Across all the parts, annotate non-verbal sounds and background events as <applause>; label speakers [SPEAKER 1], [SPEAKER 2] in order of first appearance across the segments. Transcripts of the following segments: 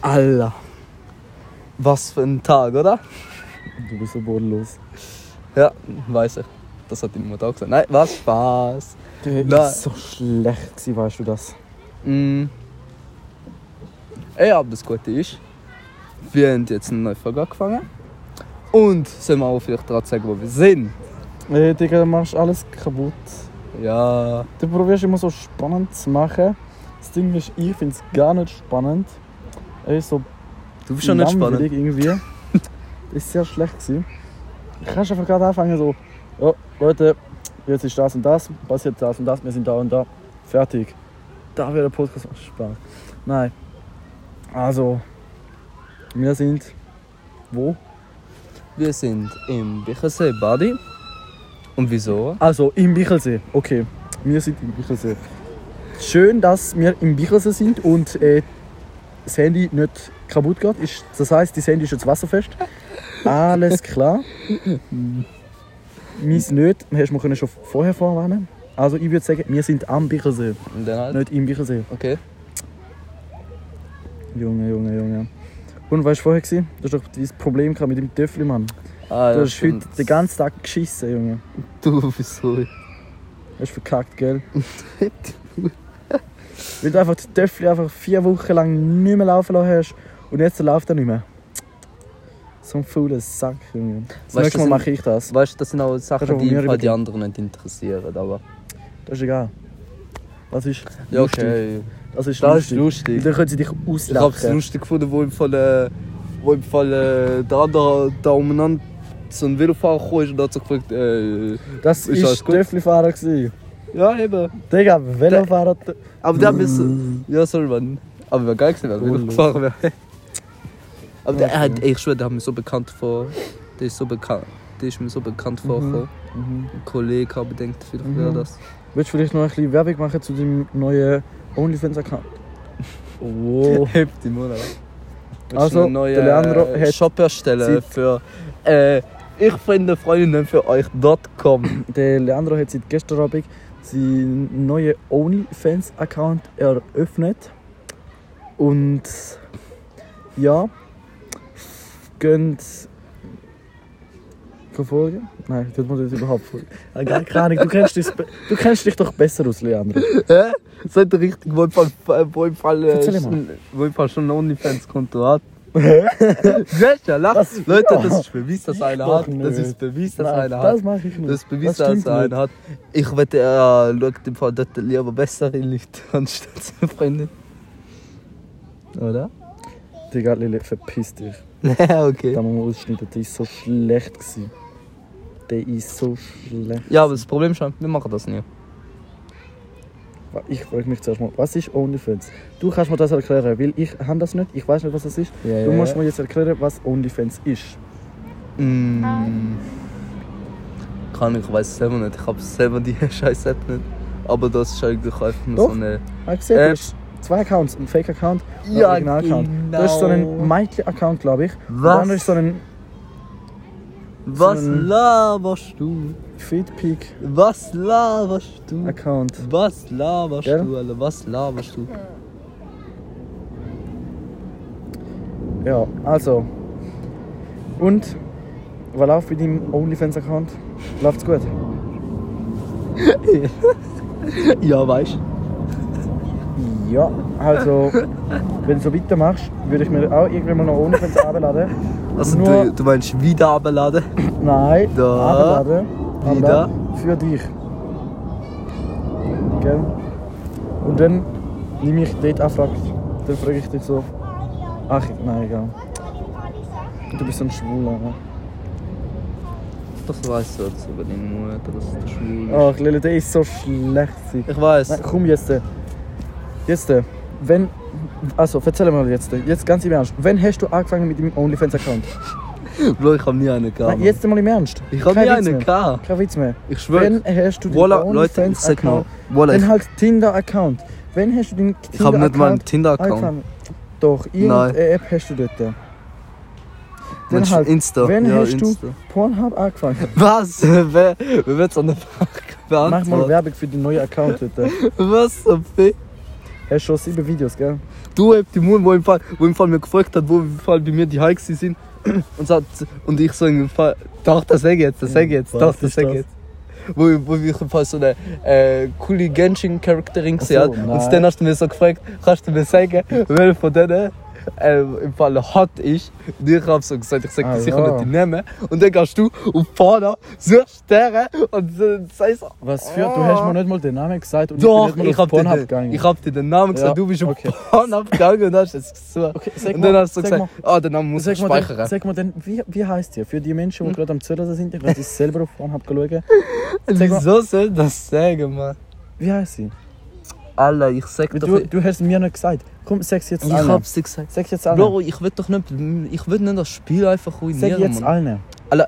[SPEAKER 1] Alter. Was für ein Tag, oder?
[SPEAKER 2] Du bist so bodenlos.
[SPEAKER 1] Ja, weiß ich. Das hat die Mutter auch gesagt. Nein, was Spaß.
[SPEAKER 2] Der
[SPEAKER 1] Na.
[SPEAKER 2] ist so schlecht, gewesen, weißt du das?
[SPEAKER 1] Mm. Ey, aber das Gute ist, wir haben jetzt eine neue Folge angefangen. Und sind wir auch vielleicht dran zu sagen, wo wir sind.
[SPEAKER 2] Ey, Digga, du machst alles kaputt.
[SPEAKER 1] Ja.
[SPEAKER 2] Du probierst immer so spannend zu machen. Das Ding ist, ich finde es gar nicht spannend. Ey, so
[SPEAKER 1] Du bist schon nicht spannend.
[SPEAKER 2] langweilig irgendwie. <laughs> ist sehr schlecht gewesen. Du kannst einfach gerade anfangen so, ja, Leute, jetzt ist das und das, passiert das und das, wir sind da und da. Fertig. Da wäre der Podcast auch Spaß. Nein. Also, wir sind wo?
[SPEAKER 1] Wir sind im Bichelsee Badi. Und wieso?
[SPEAKER 2] Also, im Bichelsee. Okay, wir sind im Bichelsee. Schön, dass wir im Bichelsee sind und äh, das Handy nicht kaputt geht. Ist, das heißt, das Handy ist jetzt wasserfest. Alles klar. Meins nicht. Hast du mir schon vorher vorwarnen Also, ich würde sagen, wir sind am Bichelsee,
[SPEAKER 1] Und dann halt.
[SPEAKER 2] nicht im Bichelsee.
[SPEAKER 1] Okay.
[SPEAKER 2] Junge, Junge, Junge. Und weißt du vorher gewesen? Du hast doch dieses Problem gehabt mit dem Töffel, Mann.
[SPEAKER 1] Ah,
[SPEAKER 2] Du
[SPEAKER 1] ja,
[SPEAKER 2] hast heute
[SPEAKER 1] stimmt.
[SPEAKER 2] den ganzen Tag geschissen, Junge.
[SPEAKER 1] Du bist so.
[SPEAKER 2] Hast verkackt, gell? <laughs> Weil du einfach die Töffel einfach vier Wochen lang nicht mehr laufen lassen hast und jetzt läuft er nicht mehr. So ein fauler Sack, Junge.
[SPEAKER 1] Weißt
[SPEAKER 2] Das
[SPEAKER 1] du,
[SPEAKER 2] nächste
[SPEAKER 1] das
[SPEAKER 2] Mal
[SPEAKER 1] sind-
[SPEAKER 2] mache ich das.
[SPEAKER 1] Weißt du, das sind auch Sachen,
[SPEAKER 2] Kannst du
[SPEAKER 1] die im
[SPEAKER 2] mir
[SPEAKER 1] Fall die
[SPEAKER 2] übergeben?
[SPEAKER 1] anderen nicht interessieren. Aber.
[SPEAKER 2] Das ist egal. Das ist
[SPEAKER 1] Ja,
[SPEAKER 2] lustig.
[SPEAKER 1] okay.
[SPEAKER 2] Das ist
[SPEAKER 1] Das ist
[SPEAKER 2] lustig.
[SPEAKER 1] lustig.
[SPEAKER 2] Dann können sie dich
[SPEAKER 1] Ich hab's
[SPEAKER 2] auslachen.
[SPEAKER 1] lustig gefunden, wo im Fall, äh, wo im Fall äh, der andere da umeinander so ein Velofahrer gekommen ist und hat so gefragt, äh,
[SPEAKER 2] Das
[SPEAKER 1] Ist alles
[SPEAKER 2] war
[SPEAKER 1] gut?
[SPEAKER 2] Töffelfahrer. gewesen.
[SPEAKER 1] ja eben.
[SPEAKER 2] Digga, Velofahrer.
[SPEAKER 1] Aber der bist
[SPEAKER 2] Mm.
[SPEAKER 1] ja sorry Mann, aber wäre geil gewesen, wenn
[SPEAKER 2] Cool.
[SPEAKER 1] Velo gefahren wäre. <laughs> Aber der,
[SPEAKER 2] Ja,
[SPEAKER 1] er hat, ey, ich schwöre, der hat mir so bekannt vor, der ist so bekannt, der ist mir so bekannt vorgekommen.
[SPEAKER 2] Mhm.
[SPEAKER 1] Ein Kollege habe gedacht, vielleicht
[SPEAKER 2] Mhm.
[SPEAKER 1] wäre das.
[SPEAKER 2] Willst du vielleicht noch ein bisschen Werbung machen zu dem neuen OnlyFans-Account? Wow.
[SPEAKER 1] <laughs> Hebt im Monat.
[SPEAKER 2] Also,
[SPEAKER 1] Also, neue
[SPEAKER 2] der Leandro
[SPEAKER 1] äh,
[SPEAKER 2] hat
[SPEAKER 1] Shop erstellen
[SPEAKER 2] seit-
[SPEAKER 1] für, äh, ich finde Freundinnen für euch.com.
[SPEAKER 2] Der Leandro hat seit gestern Abend seinen neuen OnlyFans-Account eröffnet. Und ja, gönnt. Verfolgen? Nein, tut man das überhaupt folgen? Egal, keine Ahnung, du kennst, dich, du kennst dich doch besser aus, Leandro.
[SPEAKER 1] <laughs> Hä? Seid ihr richtig, wo im Fall, wo im Fall,
[SPEAKER 2] Erzähl
[SPEAKER 1] äh,
[SPEAKER 2] mal.
[SPEAKER 1] schon- wo im Fall schon ein OnlyFans-Konto hat? <laughs> Siehst du, lach.
[SPEAKER 2] Das-
[SPEAKER 1] Leute,
[SPEAKER 2] ja.
[SPEAKER 1] das ist Beweis, dass einer
[SPEAKER 2] doch
[SPEAKER 1] hat. Das ist
[SPEAKER 2] nicht.
[SPEAKER 1] Beweis, dass
[SPEAKER 2] Nein,
[SPEAKER 1] einer hat.
[SPEAKER 2] das mache ich nicht.
[SPEAKER 1] Das ist Beweis,
[SPEAKER 2] stimmt
[SPEAKER 1] dass
[SPEAKER 2] nicht.
[SPEAKER 1] einer hat. Ich wette, er schaut im Fall dort lieber bessere Leute anstatt seine Freundin. Oder?
[SPEAKER 2] Digga, Lili, verpiss dich.
[SPEAKER 1] Ja, okay.
[SPEAKER 2] Da muss man ausschneiden, der ist so schlecht. Gewesen. Der ist so schlecht.
[SPEAKER 1] Ja, aber das Problem ist, schon, wir machen das nie.
[SPEAKER 2] Ich frage mich zuerst mal, was ist OnlyFans? Du kannst mir das erklären, weil ich habe das nicht, ich weiß nicht, was das ist. Du musst mir jetzt erklären, was OnlyFans ist.
[SPEAKER 1] Mm. Kann ich weiß es selber nicht. Ich hab selber die <laughs> scheiß App nicht. Aber das ist eigentlich einfach nur
[SPEAKER 2] Doch.
[SPEAKER 1] so eine.
[SPEAKER 2] Hab Ich gesehen, du
[SPEAKER 1] Äh.
[SPEAKER 2] hast zwei Accounts, ein Fake-Account und
[SPEAKER 1] Ja, genau.
[SPEAKER 2] ein Original-Account. Du hast so einen Michael-Account, glaube ich. Und
[SPEAKER 1] Was?
[SPEAKER 2] dann hast du so einen
[SPEAKER 1] Was
[SPEAKER 2] so ein-
[SPEAKER 1] laberst du?
[SPEAKER 2] Feedpeak-Account.
[SPEAKER 1] Was laberst du? Was laberst
[SPEAKER 2] Gell?
[SPEAKER 1] du, Alter? Was laberst du?
[SPEAKER 2] Ja, also. Und, was läuft mit deinem OnlyFans-Account? Läuft's gut?
[SPEAKER 1] <laughs> Ja, weißt du?
[SPEAKER 2] Ja, also, wenn du so weitermachst, würde ich mir auch irgendwann mal noch
[SPEAKER 1] <laughs>
[SPEAKER 2] OnlyFans abladen.
[SPEAKER 1] Also,
[SPEAKER 2] Nur-
[SPEAKER 1] du, du meinst wieder abladen?
[SPEAKER 2] Nein,
[SPEAKER 1] Da.
[SPEAKER 2] abladen.
[SPEAKER 1] Wieder.
[SPEAKER 2] abladen Für dich. Gell? Und dann nimm ich dort anfragt. Dann frage ich dich so. Ach, nein, egal. Du bist so ein Schwuler. Ne?
[SPEAKER 1] <laughs> Das weißt du jetzt über deine Mutter, dass du schwul bist.
[SPEAKER 2] Ach, Lele, der ist so schlecht. sie.
[SPEAKER 1] Oh, Ich weiß.
[SPEAKER 2] Nein, komm jetzt. äh. Jetzt, äh, wenn. Also, erzähl mal jetzt. äh, Jetzt ganz im Ernst. Wann hast du angefangen mit dem OnlyFans-Account?
[SPEAKER 1] Bro, ich hab nie einen gehabt.
[SPEAKER 2] Nein, jetzt mal im Ernst.
[SPEAKER 1] Ich hab nie
[SPEAKER 2] Kein Witz
[SPEAKER 1] einen
[SPEAKER 2] mehr.
[SPEAKER 1] gehabt.
[SPEAKER 2] Kein Witz mehr.
[SPEAKER 1] Ich schwöre.
[SPEAKER 2] Wann hast du den
[SPEAKER 1] Voila, Leute, genau. ich sag mal.
[SPEAKER 2] OnlyFans-Account?
[SPEAKER 1] Voila, ich
[SPEAKER 2] Dann halt Tinder-Account. Wann hast du den Tinder-Account?
[SPEAKER 1] Ich habe nicht mal einen Tinder-Account.
[SPEAKER 2] angefangen? Doch,
[SPEAKER 1] Nein.
[SPEAKER 2] irgendeine App hast du dort. Dann
[SPEAKER 1] Mensch,
[SPEAKER 2] halt
[SPEAKER 1] Insta.
[SPEAKER 2] Wann
[SPEAKER 1] ja,
[SPEAKER 2] hast du-
[SPEAKER 1] Insta. <laughs>
[SPEAKER 2] Pornhub angefangen.
[SPEAKER 1] Was? Wer, wer wird so eine Frage
[SPEAKER 2] Mach mal
[SPEAKER 1] beantworten?
[SPEAKER 2] Werbung für den neuen Account dort.
[SPEAKER 1] Was zum Fick?
[SPEAKER 2] Hast schon sieben Videos, gell?
[SPEAKER 1] Du, eben die Mutter, wo im Fall, wo im Fall mir gefragt hat, wo im Fall bei mir die Hikes sind. <clears throat> Und, sagt, und ich so im Fall, doch, das sag ich jetzt, das sag ich jetzt,
[SPEAKER 2] Was
[SPEAKER 1] doch, das
[SPEAKER 2] ist
[SPEAKER 1] sag ich
[SPEAKER 2] das?
[SPEAKER 1] jetzt. Wo, wo ich im Fall so eine äh, coole Genshin-Charakterin gesehen
[SPEAKER 2] so,
[SPEAKER 1] habe. und
[SPEAKER 2] nein.
[SPEAKER 1] dann hast du mir so gefragt, kannst du mir sagen, welche von denen äh, im Fall hot ist? Und ich hab so gesagt, ich sag
[SPEAKER 2] Ah,
[SPEAKER 1] dir sicher
[SPEAKER 2] ja.
[SPEAKER 1] nicht die Namen. Und dann gehst du und vorne suchst deren und äh, sagst so,
[SPEAKER 2] Was für? Du hast mir nicht mal den Namen gesagt und
[SPEAKER 1] doch,
[SPEAKER 2] ich bin
[SPEAKER 1] ich
[SPEAKER 2] nicht mal
[SPEAKER 1] hab,
[SPEAKER 2] auf Pornhub
[SPEAKER 1] dir den,
[SPEAKER 2] gegangen.
[SPEAKER 1] ich hab dir den Namen gesagt,
[SPEAKER 2] Ja,
[SPEAKER 1] du bist auf
[SPEAKER 2] okay.
[SPEAKER 1] Pornhub gegangen und hast es gesucht.
[SPEAKER 2] Okay, sag
[SPEAKER 1] Und dann
[SPEAKER 2] mal,
[SPEAKER 1] hast du
[SPEAKER 2] sag
[SPEAKER 1] gesagt, ah, der Name muss
[SPEAKER 2] Sag
[SPEAKER 1] ich
[SPEAKER 2] mal, dann,
[SPEAKER 1] speichern. Hm?
[SPEAKER 2] sag mal dann, wie, wie heisst die? Für die Menschen, die gerade am Zöllern sind,
[SPEAKER 1] <laughs>
[SPEAKER 2] ich werde das selber auf Pornhub schauen. sag mal-
[SPEAKER 1] Wieso soll ich das sagen, Mann?
[SPEAKER 2] Wie heisst sie?
[SPEAKER 1] Alter, ich sag
[SPEAKER 2] Weil
[SPEAKER 1] doch...
[SPEAKER 2] Du, du hast es mir nicht gesagt. Komm, sag's jetzt
[SPEAKER 1] ich
[SPEAKER 2] allen.
[SPEAKER 1] hab's dir gesagt.
[SPEAKER 2] Sag's jetzt allen.
[SPEAKER 1] Bro, ich will doch nicht... Ich will nicht das Spiel einfach
[SPEAKER 2] Sag
[SPEAKER 1] ruinieren,
[SPEAKER 2] jetzt
[SPEAKER 1] Mann.
[SPEAKER 2] allen.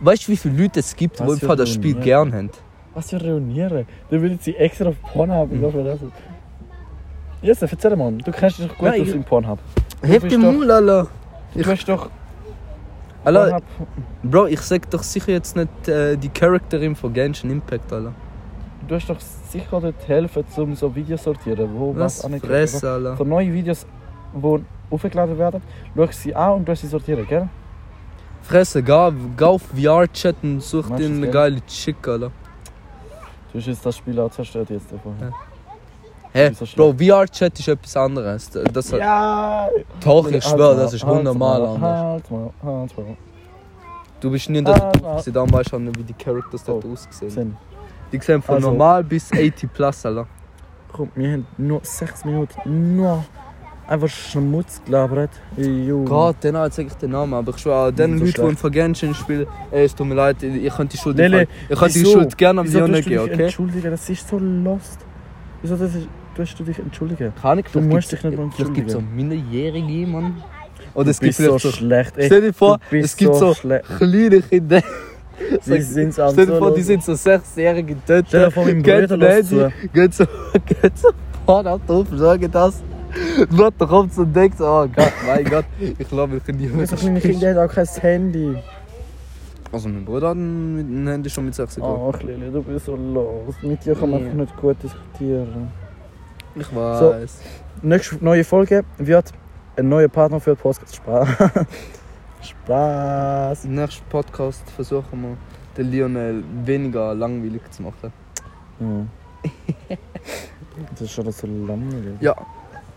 [SPEAKER 1] Weißt du, wie viele Leute es gibt, die
[SPEAKER 2] Was
[SPEAKER 1] im
[SPEAKER 2] für
[SPEAKER 1] Fall das Spiel
[SPEAKER 2] ruinieren?
[SPEAKER 1] gern haben?
[SPEAKER 2] Was für Reunieren? Dann würden sie extra auf Pornhub und dafür das. Jetzt, erzähl mal, du kennst dich doch gut
[SPEAKER 1] Nein,
[SPEAKER 2] aus
[SPEAKER 1] ich-
[SPEAKER 2] im Pornhub.
[SPEAKER 1] Heb
[SPEAKER 2] bist
[SPEAKER 1] den
[SPEAKER 2] doch-
[SPEAKER 1] Mund, Alter. Ich-
[SPEAKER 2] Du hast doch
[SPEAKER 1] Alter,
[SPEAKER 2] Pornhub.
[SPEAKER 1] Bro, ich sag doch sicher jetzt nicht äh, die Charakterin von Genshin Impact, Alter.
[SPEAKER 2] Du hast doch sicher dort helfen, um so Videos zu sortieren, wo
[SPEAKER 1] Was
[SPEAKER 2] angeklickt
[SPEAKER 1] Fresse, Alter.
[SPEAKER 2] wird. Von neuen Videos, die aufgeladen werden, schaust sie an und du sie sortieren, gell?
[SPEAKER 1] Fresse, geh, geh auf VR-Chat und such
[SPEAKER 2] Machst
[SPEAKER 1] dir
[SPEAKER 2] du's
[SPEAKER 1] eine
[SPEAKER 2] gern?
[SPEAKER 1] geile Chick, Alter.
[SPEAKER 2] Du hast jetzt das Spiel auch zerstört jetzt davon.
[SPEAKER 1] Ja. Hä?
[SPEAKER 2] Ist das
[SPEAKER 1] Bro, VR-Chat ist etwas anderes. Das hat,
[SPEAKER 2] Ja!
[SPEAKER 1] Doch, ich schwöre,
[SPEAKER 2] Halt mal,
[SPEAKER 1] das ist
[SPEAKER 2] halt
[SPEAKER 1] unnormal
[SPEAKER 2] mal,
[SPEAKER 1] anders.
[SPEAKER 2] Halt mal, halt mal.
[SPEAKER 1] Du bist nie in der
[SPEAKER 2] Ah, ah.
[SPEAKER 1] Kultur. Dann weißt du auch nicht, wie die Characters dort
[SPEAKER 2] Oh,
[SPEAKER 1] ausgesehen.
[SPEAKER 2] Sinn.
[SPEAKER 1] Die sehen von
[SPEAKER 2] Also.
[SPEAKER 1] normal bis 80 plus, Alter.
[SPEAKER 2] Komm, wir haben nur 6 Minuten, nur einfach Schmutz gelabert. Junge.
[SPEAKER 1] Gott, dann halt sag ich den Namen, aber ich schwöre, den
[SPEAKER 2] Hm, so
[SPEAKER 1] Leuten, die
[SPEAKER 2] schlecht.
[SPEAKER 1] im Vergenshin spielen, ey, es tut mir leid, ich ich könnte die Schuld,
[SPEAKER 2] Lele,
[SPEAKER 1] ich könnte die
[SPEAKER 2] wieso?
[SPEAKER 1] Schuld gerne an
[SPEAKER 2] Wieso
[SPEAKER 1] Leon
[SPEAKER 2] tust du
[SPEAKER 1] geben,
[SPEAKER 2] dich
[SPEAKER 1] okay?
[SPEAKER 2] entschuldigen? Das ist so lost. Wieso das ist, tust du dich entschuldigen?
[SPEAKER 1] Kann ich
[SPEAKER 2] Du musst dich nicht mal
[SPEAKER 1] Vielleicht gibt es so
[SPEAKER 2] entschuldigen.
[SPEAKER 1] Minderjährige, Mann. Oder es
[SPEAKER 2] Du
[SPEAKER 1] gibt
[SPEAKER 2] bist so
[SPEAKER 1] vielleicht so.
[SPEAKER 2] schlecht. Ey,
[SPEAKER 1] Stell dir vor,
[SPEAKER 2] du bist
[SPEAKER 1] es gibt so
[SPEAKER 2] schlecht.
[SPEAKER 1] kleine Kinder.
[SPEAKER 2] Sie sind am
[SPEAKER 1] Stell dir
[SPEAKER 2] so
[SPEAKER 1] vor, die
[SPEAKER 2] los.
[SPEAKER 1] sind so sechsjährige Töter.
[SPEAKER 2] Stell dir vor, mein
[SPEAKER 1] Geht
[SPEAKER 2] Bruder
[SPEAKER 1] nicht,
[SPEAKER 2] lässt zu.
[SPEAKER 1] geht so, <laughs> geht so vorne drauf, sagen das. Die Mutter kommt und denkt so, oh Gott, mein Gott, ich glaube, ich kann die
[SPEAKER 2] So kleine Kinder haben auch kein Handy.
[SPEAKER 1] Also mein Bruder hat ein ein Handy schon mit 6 Sekunden.
[SPEAKER 2] Ach Lili, du bist so lost. Mit dir kann man
[SPEAKER 1] Ja.
[SPEAKER 2] einfach nicht gut diskutieren.
[SPEAKER 1] Ich weiß.
[SPEAKER 2] Nächste neue Folge wird ein neuer Partner für den Podcast. Spaß. <laughs> Spaß.
[SPEAKER 1] Im nächsten Podcast versuchen wir, den Lionel weniger langweilig zu machen. <laughs>
[SPEAKER 2] Hm. Das ist schon so langweilig.
[SPEAKER 1] Ja.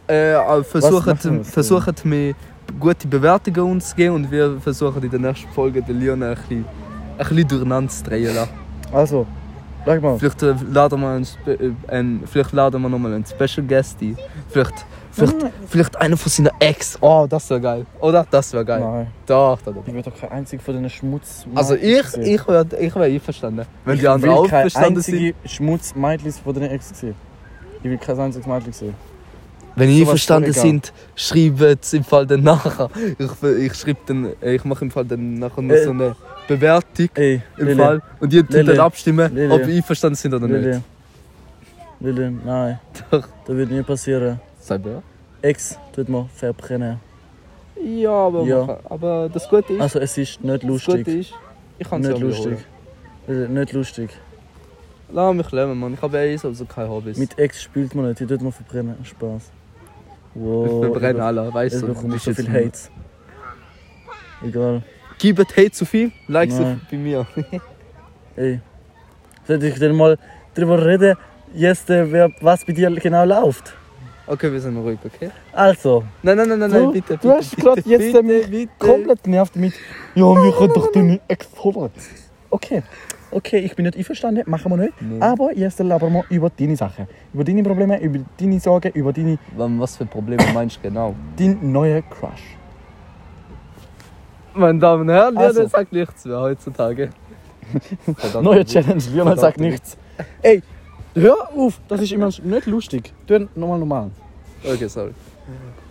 [SPEAKER 1] Äh, aber
[SPEAKER 2] machen wir
[SPEAKER 1] versuchen,
[SPEAKER 2] jetzt?
[SPEAKER 1] versuchen mir gute Bewertungen uns zu geben und wir versuchen in der nächsten Folge den Lionel ein bisschen, ein bisschen durcheinander zu drehen. lassen.
[SPEAKER 2] Also, sag mal.
[SPEAKER 1] Vielleicht äh, laden wir, einen Spe äh, einen, vielleicht laden wir nochmal einen Special Guest ein. Vielleicht, vielleicht,
[SPEAKER 2] Nein.
[SPEAKER 1] vielleicht einer von seiner Ex. Oh, das wäre geil. Oder? Das wäre geil.
[SPEAKER 2] Nein.
[SPEAKER 1] Doch, doch, doch.
[SPEAKER 2] Ich will doch kein einziger von diesen Schmutz.
[SPEAKER 1] Also ich, ich wäre ich wär einverstanden. Wenn die anderen auch
[SPEAKER 2] will kein
[SPEAKER 1] verstanden sind.
[SPEAKER 2] einziger Schmutz Mädels von diesen Ex sehen. Ich will kein einziges Mädchen sehen.
[SPEAKER 1] Wenn
[SPEAKER 2] sowas
[SPEAKER 1] ihr einverstanden
[SPEAKER 2] voll
[SPEAKER 1] sind, schreibt es im Fall dann nachher. Ich, ich schreibe dann, ich mache im Fall dann nachher noch
[SPEAKER 2] Äh.
[SPEAKER 1] so eine Bewertung
[SPEAKER 2] Ey,
[SPEAKER 1] im Fall. Und ihr tut dann
[SPEAKER 2] Lele.
[SPEAKER 1] abstimmen,
[SPEAKER 2] Lele.
[SPEAKER 1] ob ihr einverstanden sind oder
[SPEAKER 2] Lili.
[SPEAKER 1] nicht.
[SPEAKER 2] Lili, nein.
[SPEAKER 1] Doch.
[SPEAKER 2] Das wird nie passieren.
[SPEAKER 1] Sei wer?
[SPEAKER 2] Ex tut man verbrennen.
[SPEAKER 1] Ja, aber,
[SPEAKER 2] Ja.
[SPEAKER 1] machen. aber das Gute ist,
[SPEAKER 2] Also es ist nicht
[SPEAKER 1] das Gute
[SPEAKER 2] lustig.
[SPEAKER 1] ist, ich kann es
[SPEAKER 2] Nicht
[SPEAKER 1] ja wiederholen.
[SPEAKER 2] lustig. Äh, Nicht lustig.
[SPEAKER 1] Lass mich leben, Mann. Ich habe eh sowieso keine Hobbys. <laughs>
[SPEAKER 2] Mit Ex spielt man nicht, die tut man verbrennen. Spaß.
[SPEAKER 1] ich
[SPEAKER 2] Wow.
[SPEAKER 1] verbrenne alle, weißt
[SPEAKER 2] Es
[SPEAKER 1] du. du
[SPEAKER 2] bekommt
[SPEAKER 1] bist
[SPEAKER 2] so
[SPEAKER 1] jetzt
[SPEAKER 2] viel
[SPEAKER 1] nicht-
[SPEAKER 2] Hates. Egal.
[SPEAKER 1] Gebt Hate zu viel, Likes
[SPEAKER 2] Nein.
[SPEAKER 1] bei mir. <laughs>
[SPEAKER 2] Ey. Sollte ich denn mal drüber reden, jetzt, äh, wer, was bei dir genau läuft?
[SPEAKER 1] Okay, wir sind ruhig, okay?
[SPEAKER 2] Also,
[SPEAKER 1] Nein, nein, nein, nein,
[SPEAKER 2] Du-
[SPEAKER 1] nein bitte, bitte.
[SPEAKER 2] du hast gerade
[SPEAKER 1] bitte,
[SPEAKER 2] jetzt,
[SPEAKER 1] bitte,
[SPEAKER 2] ähm,
[SPEAKER 1] bitte.
[SPEAKER 2] komplett genervt mit, ja, wir können doch deine Ex holen. Okay, okay, ich bin nicht einverstanden, machen wir nicht.
[SPEAKER 1] Nee.
[SPEAKER 2] Aber jetzt labern wir über deine Sachen. Über deine Probleme, über deine Sorgen, über deine,
[SPEAKER 1] Wann- Was für Probleme meinst du genau?
[SPEAKER 2] deinen neuen Crush.
[SPEAKER 1] Meine Damen und Herren,
[SPEAKER 2] Also.
[SPEAKER 1] Lionel sagt nichts mehr
[SPEAKER 2] <laughs>
[SPEAKER 1] heutzutage. Verdammt,
[SPEAKER 2] Neue
[SPEAKER 1] Wut.
[SPEAKER 2] Challenge, Lionel
[SPEAKER 1] Verdammt,
[SPEAKER 2] sagt
[SPEAKER 1] Wut.
[SPEAKER 2] nichts. Ey, hör auf, das
[SPEAKER 1] <laughs>
[SPEAKER 2] ist immer nicht lustig. Tu nochmal normal.
[SPEAKER 1] Okay, sorry.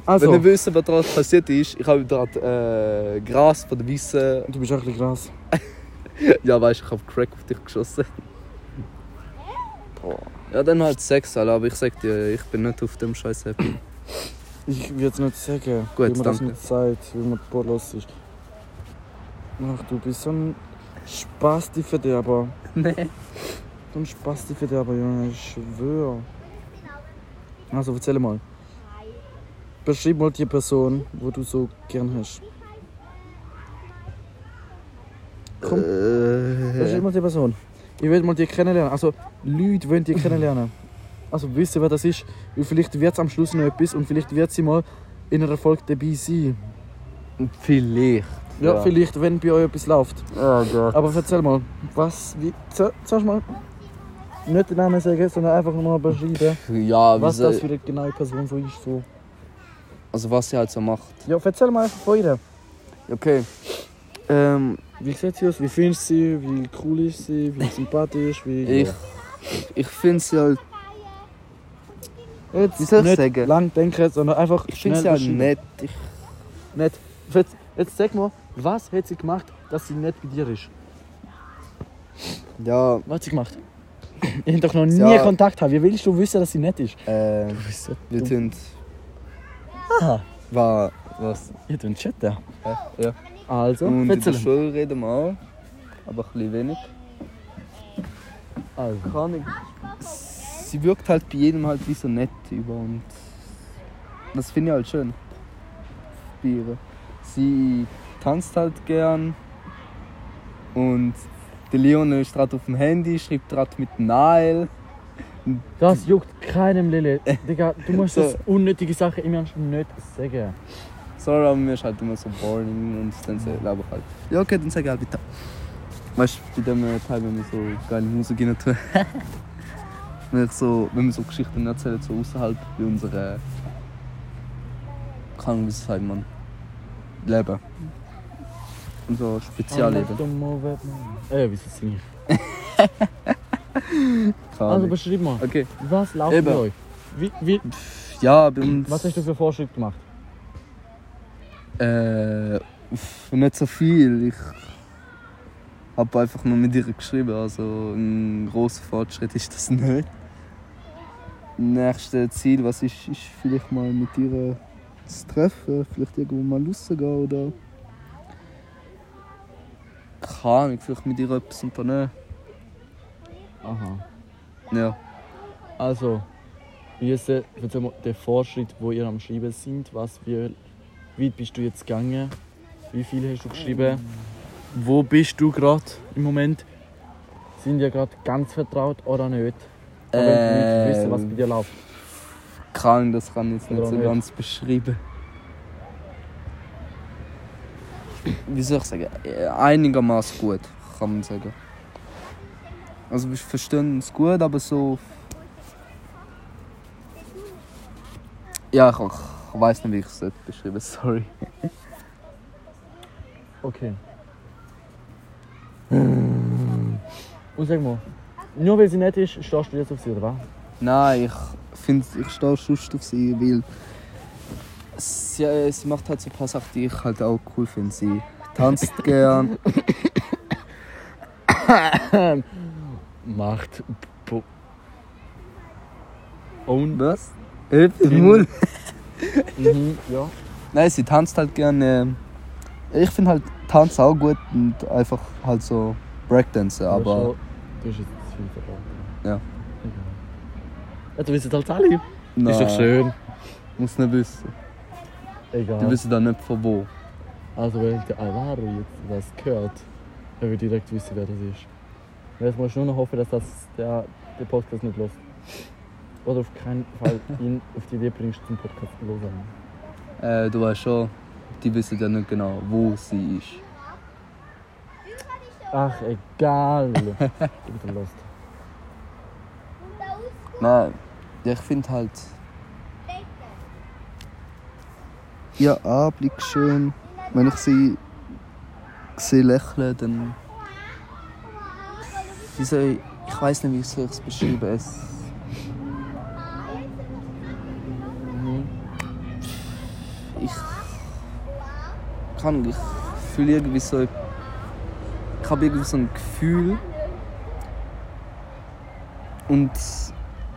[SPEAKER 2] Also,
[SPEAKER 1] Wenn ihr wisst, was gerade passiert ist, ich habe gerade äh, Gras von der Wiese.
[SPEAKER 2] du bist auch ein bisschen krass.
[SPEAKER 1] Ja, weißt du, ich habe Crack auf dich geschossen. Ja, dann halt Sex, Alter, aber ich sag dir, ich bin nicht auf dem Scheiß happy.
[SPEAKER 2] Äh, Ich würde es nicht sagen,
[SPEAKER 1] Gut,
[SPEAKER 2] wie man das
[SPEAKER 1] danke.
[SPEAKER 2] nicht sagt, wie man bohrlos ist. Ach, du bist so ein Spastiverderber.
[SPEAKER 1] <laughs> Nee.
[SPEAKER 2] So ein Spastiverderber, Junge, ich schwöre. Also erzähl mal. Beschreib mal die Person, wo du so gern hast. Komm.
[SPEAKER 1] Äh,
[SPEAKER 2] Beschreib mal die Person. Ich will mal die kennenlernen. Also Leute wollen
[SPEAKER 1] <laughs>
[SPEAKER 2] die kennenlernen. Also wissen, wer das ist. Und vielleicht wird es am Schluss noch etwas und vielleicht wird sie mal in einer Folge dabei sein.
[SPEAKER 1] Vielleicht.
[SPEAKER 2] Ja, vielleicht, wenn bei euch etwas läuft.
[SPEAKER 1] Oh Gott.
[SPEAKER 2] Aber erzähl mal, was, wie, so- sollst du mal nicht den Namen sagen, sondern einfach nur beschreiben,
[SPEAKER 1] Ja, wie
[SPEAKER 2] was
[SPEAKER 1] soll,
[SPEAKER 2] das für eine genaue Person so ist. So.
[SPEAKER 1] also was sie halt so macht.
[SPEAKER 2] Ja, erzähl mal einfach von ihr.
[SPEAKER 1] Okay. Ähm,
[SPEAKER 2] Wie sieht sie aus? Wie findest du sie? Wie cool ist sie? Wie sympathisch? Wie...
[SPEAKER 1] ich ich finde sie halt,
[SPEAKER 2] Jetzt
[SPEAKER 1] wie soll ich
[SPEAKER 2] nicht
[SPEAKER 1] sagen?
[SPEAKER 2] lang denken, sondern einfach
[SPEAKER 1] ich finde sie halt
[SPEAKER 2] beschreiben.
[SPEAKER 1] nett. Ich,
[SPEAKER 2] Nett. Jetzt, jetzt sag mal, was hat sie gemacht, dass sie nicht bei dir ist?
[SPEAKER 1] ja,
[SPEAKER 2] Was hat sie gemacht? <laughs> Ich hab doch noch nie
[SPEAKER 1] Ja.
[SPEAKER 2] Kontakt haben. Wie willst du wissen, dass sie nett ist?
[SPEAKER 1] äh, wir sind
[SPEAKER 2] Aha.
[SPEAKER 1] war was
[SPEAKER 2] Ihr tun chatten.
[SPEAKER 1] ja.
[SPEAKER 2] Also,
[SPEAKER 1] und in der
[SPEAKER 2] erzähl.
[SPEAKER 1] Schule reden wir auch, aber ein bisschen wenig.
[SPEAKER 2] Also.
[SPEAKER 1] Keine Ahnung. Sie wirkt halt bei jedem halt wie so nett über und das finde ich halt schön. Bei ihr. Sie tanzt halt gern und der Leon ist gerade auf dem Handy, schreibt gerade mit Nail.
[SPEAKER 2] Das juckt keinem
[SPEAKER 1] <laughs>
[SPEAKER 2] Lille. Digga, du musst
[SPEAKER 1] So.
[SPEAKER 2] das unnötige Sache immer nicht sagen.
[SPEAKER 1] Sorry, aber mir ist halt immer so boring und dann
[SPEAKER 2] Mhm.
[SPEAKER 1] glaube ich halt. Ja, okay, dann sag ich halt bitte. Weißt du, bei dem äh, Teil, wenn wir so geile Musik rein
[SPEAKER 2] <laughs>
[SPEAKER 1] tun. wenn, ich so, wenn wir so Geschichten erzählen, so außerhalb bei unserer. Keine Ahnung, wie es sagt man. Leben.
[SPEAKER 2] Mhm.
[SPEAKER 1] Unser
[SPEAKER 2] Oh,
[SPEAKER 1] Spezialleben.
[SPEAKER 2] Äh, wieso singe ich?
[SPEAKER 1] Keine
[SPEAKER 2] Also
[SPEAKER 1] Ahnung.
[SPEAKER 2] beschreib mal,
[SPEAKER 1] Okay.
[SPEAKER 2] was läuft
[SPEAKER 1] Eben.
[SPEAKER 2] bei euch? Wie, wie,
[SPEAKER 1] Pff, Ja, bei uns.
[SPEAKER 2] was hast du für Forschung gemacht?
[SPEAKER 1] Äh, uff, nicht so viel. Ich habe einfach nur mit ihr geschrieben, also ein großer Fortschritt ist das nicht. Nächstes Ziel, was ist, ist vielleicht mal mit ihr äh, zu treffen, vielleicht irgendwo mal rausgehen oder. Keine Ahnung, vielleicht mit ihr etwas unternehmen.
[SPEAKER 2] Aha.
[SPEAKER 1] Ja.
[SPEAKER 2] Also, wie ist der, erzähl mal, der Fortschritt, wo ihr am Schreiben sind? Was, wie weit bist du jetzt gegangen? Wie viel hast du geschrieben? Wo bist du gerade im Moment? Sind ihr gerade ganz vertraut oder nicht? Aber wenn
[SPEAKER 1] Äh,
[SPEAKER 2] die Leute wissen, was
[SPEAKER 1] Ähm.
[SPEAKER 2] bei dir läuft.
[SPEAKER 1] Keine Ahnung, das kann ich jetzt nicht
[SPEAKER 2] Oder
[SPEAKER 1] so
[SPEAKER 2] nicht?
[SPEAKER 1] ganz beschreiben. Wie soll ich sagen? Äh, Einigermaßen gut, kann man sagen. Also wir verstehen uns gut, aber so. Ja, ich, ich weiß nicht, wie ich es dort beschreiben sorry.
[SPEAKER 2] Okay. Hm. Und sag mal, nur weil sie nett ist, stehst du jetzt auf sie, oder was?
[SPEAKER 1] Nein, ich finde, ich stehe schust auf sie, weil sie, äh, sie macht halt so ein paar Sachen, die ich halt auch cool finde. Sie tanzt <laughs> gern.
[SPEAKER 2] Macht. Bo Own.
[SPEAKER 1] Was? Öpfel im Mund.
[SPEAKER 2] Mhm, ja.
[SPEAKER 1] Nein, sie tanzt halt gerne. Ich finde halt Tanz auch gut und einfach halt so Breakdance, aber
[SPEAKER 2] Du hast jetzt zu viel verraten.
[SPEAKER 1] Ja.
[SPEAKER 2] Ja, du bist jetzt halt alle.
[SPEAKER 1] nein,
[SPEAKER 2] Ist doch schön.
[SPEAKER 1] muss nicht wissen. Die
[SPEAKER 2] Egal.
[SPEAKER 1] wissen dann nicht von wo.
[SPEAKER 2] Also, wenn der Alvaro jetzt das hört, er wird direkt wissen, wer das ist. Und Jetzt musst du nur noch hoffen, dass das der, der Podcast nicht läuft. Oder auf keinen <laughs> Fall ihn auf die Idee bringst, zum Podcast zu hören.
[SPEAKER 1] Äh, du weißt schon, die wissen dann nicht genau, wo sie ist.
[SPEAKER 2] Ach, egal. <laughs> Du bist ein lost.
[SPEAKER 1] Nein, ich finde halt. Ihr Anblick schön. Wenn ich sie sehe lächeln, dann. Wie soll ich. Ich weiß nicht, wie soll ich es beschreiben. Es,
[SPEAKER 2] Mhm.
[SPEAKER 1] ich kann ich fühle irgendwie so ich habe irgendwie so ein Gefühl und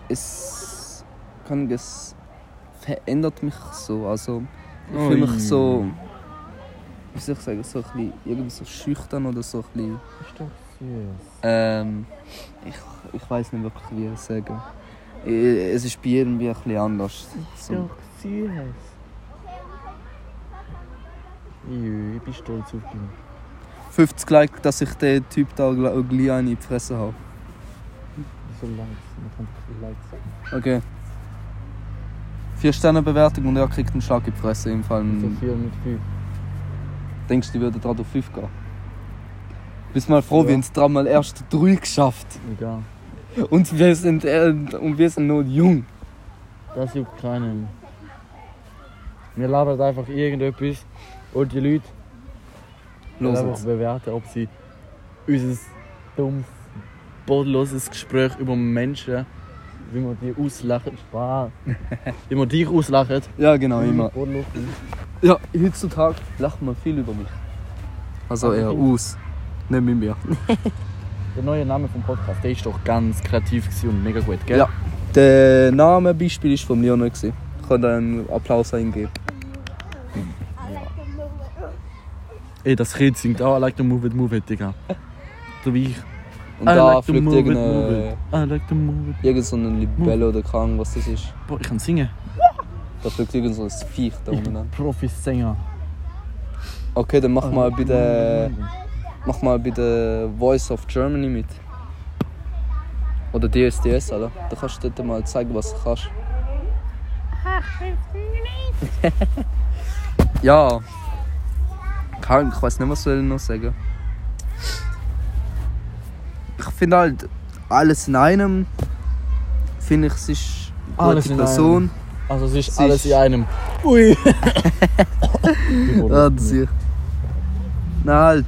[SPEAKER 1] es kann es verändert mich so also ich fühle
[SPEAKER 2] Ui.
[SPEAKER 1] mich so wie soll ich sagen so ein bisschen, irgendwie so schüchtern oder so ein bisschen,
[SPEAKER 2] Ist doch süß.
[SPEAKER 1] ähm, ich ich weiß nicht wirklich wie ich es sagen Äh, Es ist bei jedem wie ein bisschen anders. So.
[SPEAKER 2] Doch, süß. Jö, ich bin stolz auf dich.
[SPEAKER 1] 50 Like, dass ich den Typ da gl- gleich eine in die Fresse habe.
[SPEAKER 2] So Likes, man kann so viele Likes haben.
[SPEAKER 1] Okay. 4 Sterne Bewertung und er kriegt einen Schlag in die Fresse im Fall.
[SPEAKER 2] So viel mit fünf.
[SPEAKER 1] Denkst du, die würden gerade auf 5 gehen? Bist mal froh,
[SPEAKER 2] Ja.
[SPEAKER 1] wir haben es dran mal erst 3 geschafft.
[SPEAKER 2] Egal.
[SPEAKER 1] Und wir sind, äh, und wir sind noch jung.
[SPEAKER 2] Das juckt keinen. Wir labern einfach irgendetwas und die Leute
[SPEAKER 1] Los
[SPEAKER 2] einfach
[SPEAKER 1] jetzt.
[SPEAKER 2] bewerten, ob sie unser dummes, bodenloses Gespräch über Menschen, wie man die
[SPEAKER 1] <laughs>
[SPEAKER 2] auslachen, Spaß. wie man dich auslachen.
[SPEAKER 1] Ja, genau, immer.
[SPEAKER 2] Bodenlos.
[SPEAKER 1] Ja, heutzutage lacht man viel über mich. Also
[SPEAKER 2] Aber
[SPEAKER 1] eher
[SPEAKER 2] immer.
[SPEAKER 1] aus. Nicht mit mir.
[SPEAKER 2] Der neue Name vom Podcast, der ist doch ganz kreativ gewesen und mega gut, gell?
[SPEAKER 1] Ja. Der Name Beispiel ist von Lionel. gewesen. Ich kann da einen Applaus eingeben.
[SPEAKER 2] Ey, das Kind singt auch I like to move it, move it, Digga. So wie ich.
[SPEAKER 1] Und
[SPEAKER 2] I
[SPEAKER 1] da
[SPEAKER 2] like to
[SPEAKER 1] fliegt
[SPEAKER 2] move it, move
[SPEAKER 1] irgendein,
[SPEAKER 2] it. I like to move it.
[SPEAKER 1] irgend so ein Libelle oder Krank, was das ist.
[SPEAKER 2] Boah, ich kann singen.
[SPEAKER 1] Da fliegt irgend so ein Viech da
[SPEAKER 2] Ich
[SPEAKER 1] unten
[SPEAKER 2] bin
[SPEAKER 1] an.
[SPEAKER 2] Profisänger.
[SPEAKER 1] Okay, dann mach mal bitte. Mach mal bitte Voice of Germany mit. Oder DSDS, Alter. Da kannst du dort mal zeigen, was du kannst. <laughs> Ja. Krank, ich weiß nicht, was soll ich noch sagen. Ich finde halt, alles in einem, finde ich, es ist eine
[SPEAKER 2] Alles
[SPEAKER 1] gute
[SPEAKER 2] in einem.
[SPEAKER 1] Person.
[SPEAKER 2] Also es ist
[SPEAKER 1] Sich-
[SPEAKER 2] alles in einem. Ui. <laughs>
[SPEAKER 1] Ja, das ist. Nein, halt,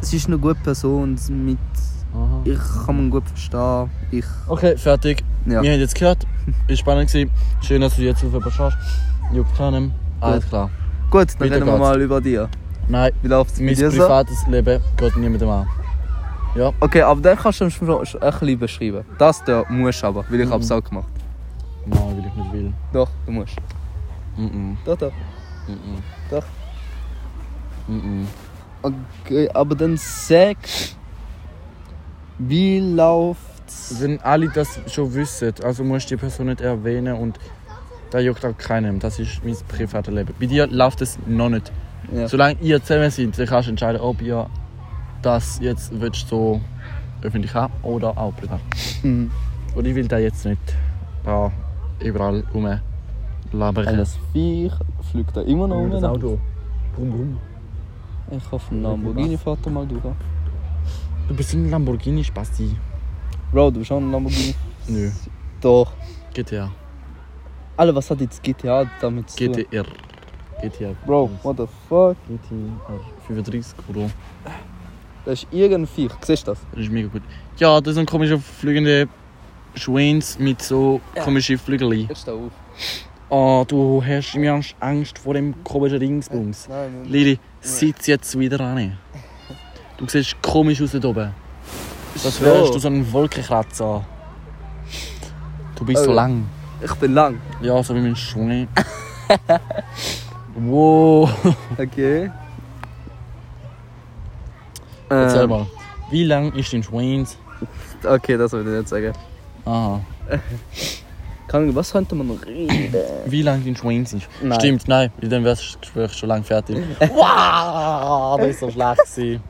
[SPEAKER 1] es ist eine gute Person. Mit,
[SPEAKER 2] Aha.
[SPEAKER 1] ich kann man gut verstehen. Ich,
[SPEAKER 2] Okay, fertig.
[SPEAKER 1] ja.
[SPEAKER 2] Wir haben jetzt gehört. Ist spannend gewesen. Schön, dass du jetzt auf etwas schaust. Juckt keinem. Alles klar.
[SPEAKER 1] Gut, dann
[SPEAKER 2] Weiter
[SPEAKER 1] reden wir
[SPEAKER 2] geht's.
[SPEAKER 1] mal über dich.
[SPEAKER 2] Nein,
[SPEAKER 1] Wie läuft es
[SPEAKER 2] mein
[SPEAKER 1] mit dir so?
[SPEAKER 2] privates Leben geht niemandem an.
[SPEAKER 1] Okay, aber den kannst du uns schon schon ein bisschen beschreiben. Das da musst du aber, weil ich
[SPEAKER 2] Mhm.
[SPEAKER 1] mhm. hab's auch gemacht.
[SPEAKER 2] Nein, weil ich nicht will.
[SPEAKER 1] Doch, du musst.
[SPEAKER 2] Mhm.
[SPEAKER 1] Doch, doch.
[SPEAKER 2] Mhm.
[SPEAKER 1] Doch.
[SPEAKER 2] Mhm.
[SPEAKER 1] Okay, aber dann sag, wie läuft's?
[SPEAKER 2] Wenn alle das schon wissen, also musst du die Person nicht erwähnen und da juckt auch keinem. Das ist mein privates Leben. Bei dir läuft es noch nicht.
[SPEAKER 1] Ja.
[SPEAKER 2] Solange ihr zusammen seid, dann kannst du entscheiden, ob ihr das jetzt willst, so öffentlich haben oder auch privat.
[SPEAKER 1] Mhm.
[SPEAKER 2] Und ich will da jetzt nicht da überall rumlabern.
[SPEAKER 1] Alles Viech fliegt da immer noch
[SPEAKER 2] Nur
[SPEAKER 1] um.
[SPEAKER 2] das Auto. Brumm, brumm.
[SPEAKER 1] Ich hoffe, ein Lamborghini fährt da mal durch.
[SPEAKER 2] Du bist ein Lamborghini Spasti.
[SPEAKER 1] Bro, du bist auch ein Lamborghini.
[SPEAKER 2] Nö.
[SPEAKER 1] Doch.
[SPEAKER 2] GTA.
[SPEAKER 1] Alle, was hat jetzt GTA damit zu tun?
[SPEAKER 2] GTR. GTR.
[SPEAKER 1] Bro, what the fuck?
[SPEAKER 2] GTR 35 Euro.
[SPEAKER 1] Das ist irgendein Viech. Siehst du das?
[SPEAKER 2] Das ist mega gut. Ja, das sind komische fliegende Schwänze mit so komischen Flügeln.
[SPEAKER 1] Siehst du auf?
[SPEAKER 2] Oh, du hast mir Angst- Angst vor dem komischen Ringsbums.
[SPEAKER 1] Nein, Mann.
[SPEAKER 2] Lili, sitz jetzt wieder an. Du siehst komisch aus da oben. Das
[SPEAKER 1] So.
[SPEAKER 2] wärst du so ein Wolkenkratzer. Du bist so
[SPEAKER 1] Oh.
[SPEAKER 2] lang.
[SPEAKER 1] Ich bin lang.
[SPEAKER 2] Ja, so wie mein Schwung. <laughs> wow.
[SPEAKER 1] Okay.
[SPEAKER 2] Erzähl
[SPEAKER 1] Ähm,
[SPEAKER 2] mal. Wie lang ist dein Schwanz?
[SPEAKER 1] okay, das würde ich nicht sagen.
[SPEAKER 2] Aha.
[SPEAKER 1] Kann, was könnte man noch reden?
[SPEAKER 2] Wie lang dein Schwanz ist?
[SPEAKER 1] Nein.
[SPEAKER 2] Stimmt, nein, weil dann wärst das Gespräch schon lange fertig. <laughs> wow, das ist so schlecht gewesen.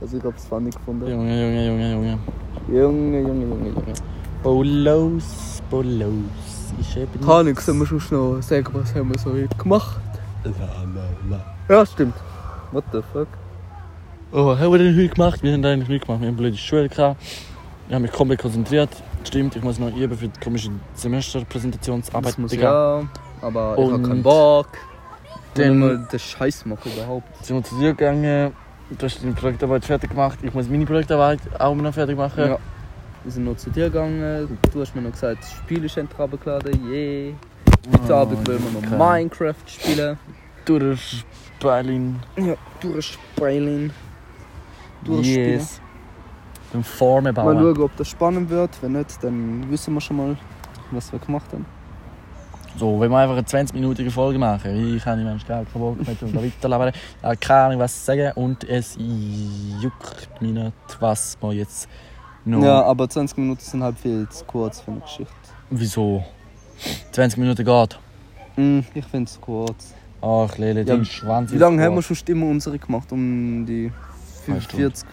[SPEAKER 1] Also ich hab's funny gefunden.
[SPEAKER 2] Junge, Junge, Junge, Junge.
[SPEAKER 1] Junge, Junge, Junge, Junge.
[SPEAKER 2] Bolos, Bolos. Ich habe
[SPEAKER 1] Kann Ahnung, dann musst du schnell sagen, was haben wir so heute gemacht. Ja, stimmt. What the fuck?
[SPEAKER 2] Oh, was haben wir denn heute gemacht? Wir haben eigentlich nichts gemacht. Wir haben blöde Schule gehabt. Ich habe mich komplett konzentriert. Stimmt, ich muss noch üben für die komische Semesterpräsentationsarbeit.
[SPEAKER 1] das muss
[SPEAKER 2] Digga.
[SPEAKER 1] ja, aber ich hab
[SPEAKER 2] Und-
[SPEAKER 1] keinen Bock.
[SPEAKER 2] Dann-
[SPEAKER 1] Dann mal den Scheiß machen überhaupt.
[SPEAKER 2] Sind wir zu dir gegangen, du hast deine Projektarbeit fertig gemacht. Ich muss meine Projektarbeit auch noch fertig machen.
[SPEAKER 1] Ja. Wir sind noch zu dir gegangen, du hast mir noch gesagt, das Spiel ist endlich runtergeladen, yeah. Heute
[SPEAKER 2] Oh,
[SPEAKER 1] Abend wollen wir noch
[SPEAKER 2] okay.
[SPEAKER 1] Minecraft spielen.
[SPEAKER 2] Durch Berlin.
[SPEAKER 1] Ja, durchspielen. Durchspielen.
[SPEAKER 2] Yes. Dann Formen
[SPEAKER 1] Mal
[SPEAKER 2] bauen.
[SPEAKER 1] schauen, ob das spannend wird. Wenn nicht, dann wissen wir schon mal, was wir gemacht haben.
[SPEAKER 2] So, wenn wir einfach eine 20-minütige Folge machen, wie kann ich manchmal gar keinen Bock mehr tun, da weiterlabern. Ich habe keine Ahnung, was zu sagen und es juckt mich nicht, was wir jetzt No.
[SPEAKER 1] Ja, aber 20 Minuten sind halt viel zu kurz für eine Geschichte.
[SPEAKER 2] Wieso? 20 Minuten geht.
[SPEAKER 1] Hm, ich finde es kurz.
[SPEAKER 2] Ach, Lele,
[SPEAKER 1] Ja,
[SPEAKER 2] dein Schwanz
[SPEAKER 1] Wie
[SPEAKER 2] ist
[SPEAKER 1] lange haben wir
[SPEAKER 2] groß.
[SPEAKER 1] schon immer unsere gemacht? Um die
[SPEAKER 2] Zwei Stunden.
[SPEAKER 1] 45.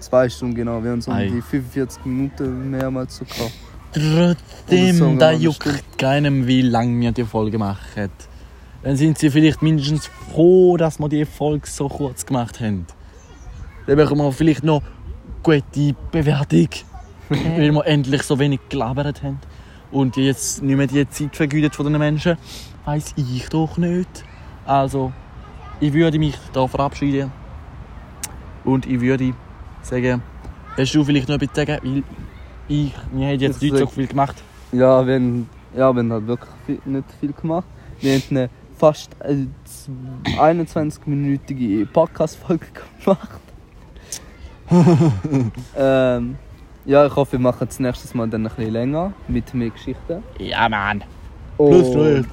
[SPEAKER 1] Zwei Stunden, genau. Wir haben so um
[SPEAKER 2] Ei.
[SPEAKER 1] die 45 Minuten mehrmals so gehabt. Oder sagen
[SPEAKER 2] Trotzdem,
[SPEAKER 1] wir
[SPEAKER 2] da
[SPEAKER 1] mal,
[SPEAKER 2] juckt keinem, wie lange wir die Folge machen. Dann sind sie vielleicht mindestens froh, dass wir die Folge so kurz gemacht haben. Dann bekommen wir vielleicht noch gute Bewertung, weil wir endlich so wenig gelabert haben und jetzt nicht mehr die Zeit vergütet von den Menschen. Weiß ich doch nicht. Also, ich würde mich da verabschieden und ich würde sagen, hast du vielleicht noch etwas zu sagen? Weil ich, wir haben jetzt
[SPEAKER 1] Ich
[SPEAKER 2] nicht so
[SPEAKER 1] sag-
[SPEAKER 2] viel gemacht.
[SPEAKER 1] Ja, wir haben, ja, wir haben halt wirklich viel, nicht viel gemacht. Wir haben eine fast äh, z- 21-minütige Podcast-Folge <laughs> gemacht. ähm, ja, ich hoffe, wir machen das nächste Mal dann ein bisschen länger mit mehr Geschichten.
[SPEAKER 2] Ja, Mann.
[SPEAKER 1] Und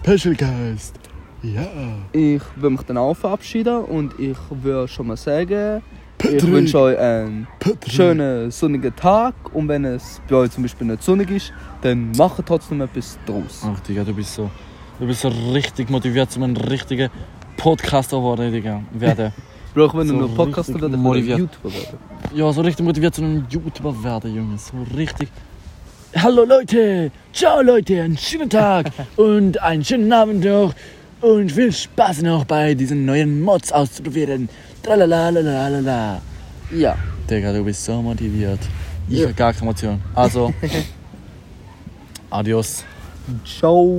[SPEAKER 2] Special Guest. Ja.
[SPEAKER 1] ich will mich dann auch verabschieden und ich würde schon mal sagen, ich wünsche euch einen schönen sonnigen Tag und wenn es bei euch zum Beispiel nicht sonnig ist, dann macht trotzdem etwas draus.
[SPEAKER 2] Ach, Digga, du bist so. Du bist so richtig motiviert, um ein richtiger Podcaster geworden, Digga. Werden.
[SPEAKER 1] Brauchen wir
[SPEAKER 2] So
[SPEAKER 1] nur Podcaster
[SPEAKER 2] richtig
[SPEAKER 1] werden, können wir
[SPEAKER 2] motiviert.
[SPEAKER 1] YouTuber werden.
[SPEAKER 2] ja, so richtig motiviert zu einem YouTuber werden, Junge. So richtig. Hallo Leute! Ciao Leute! Einen schönen <laughs> Tag und einen schönen Abend noch. Und viel Spaß noch bei diesen neuen Mods auszuprobieren. Tralalalalala.
[SPEAKER 1] Ja.
[SPEAKER 2] Digga, du bist so motiviert. <laughs> Ich hab gar keine Motion. Also. adios.
[SPEAKER 1] Ciao.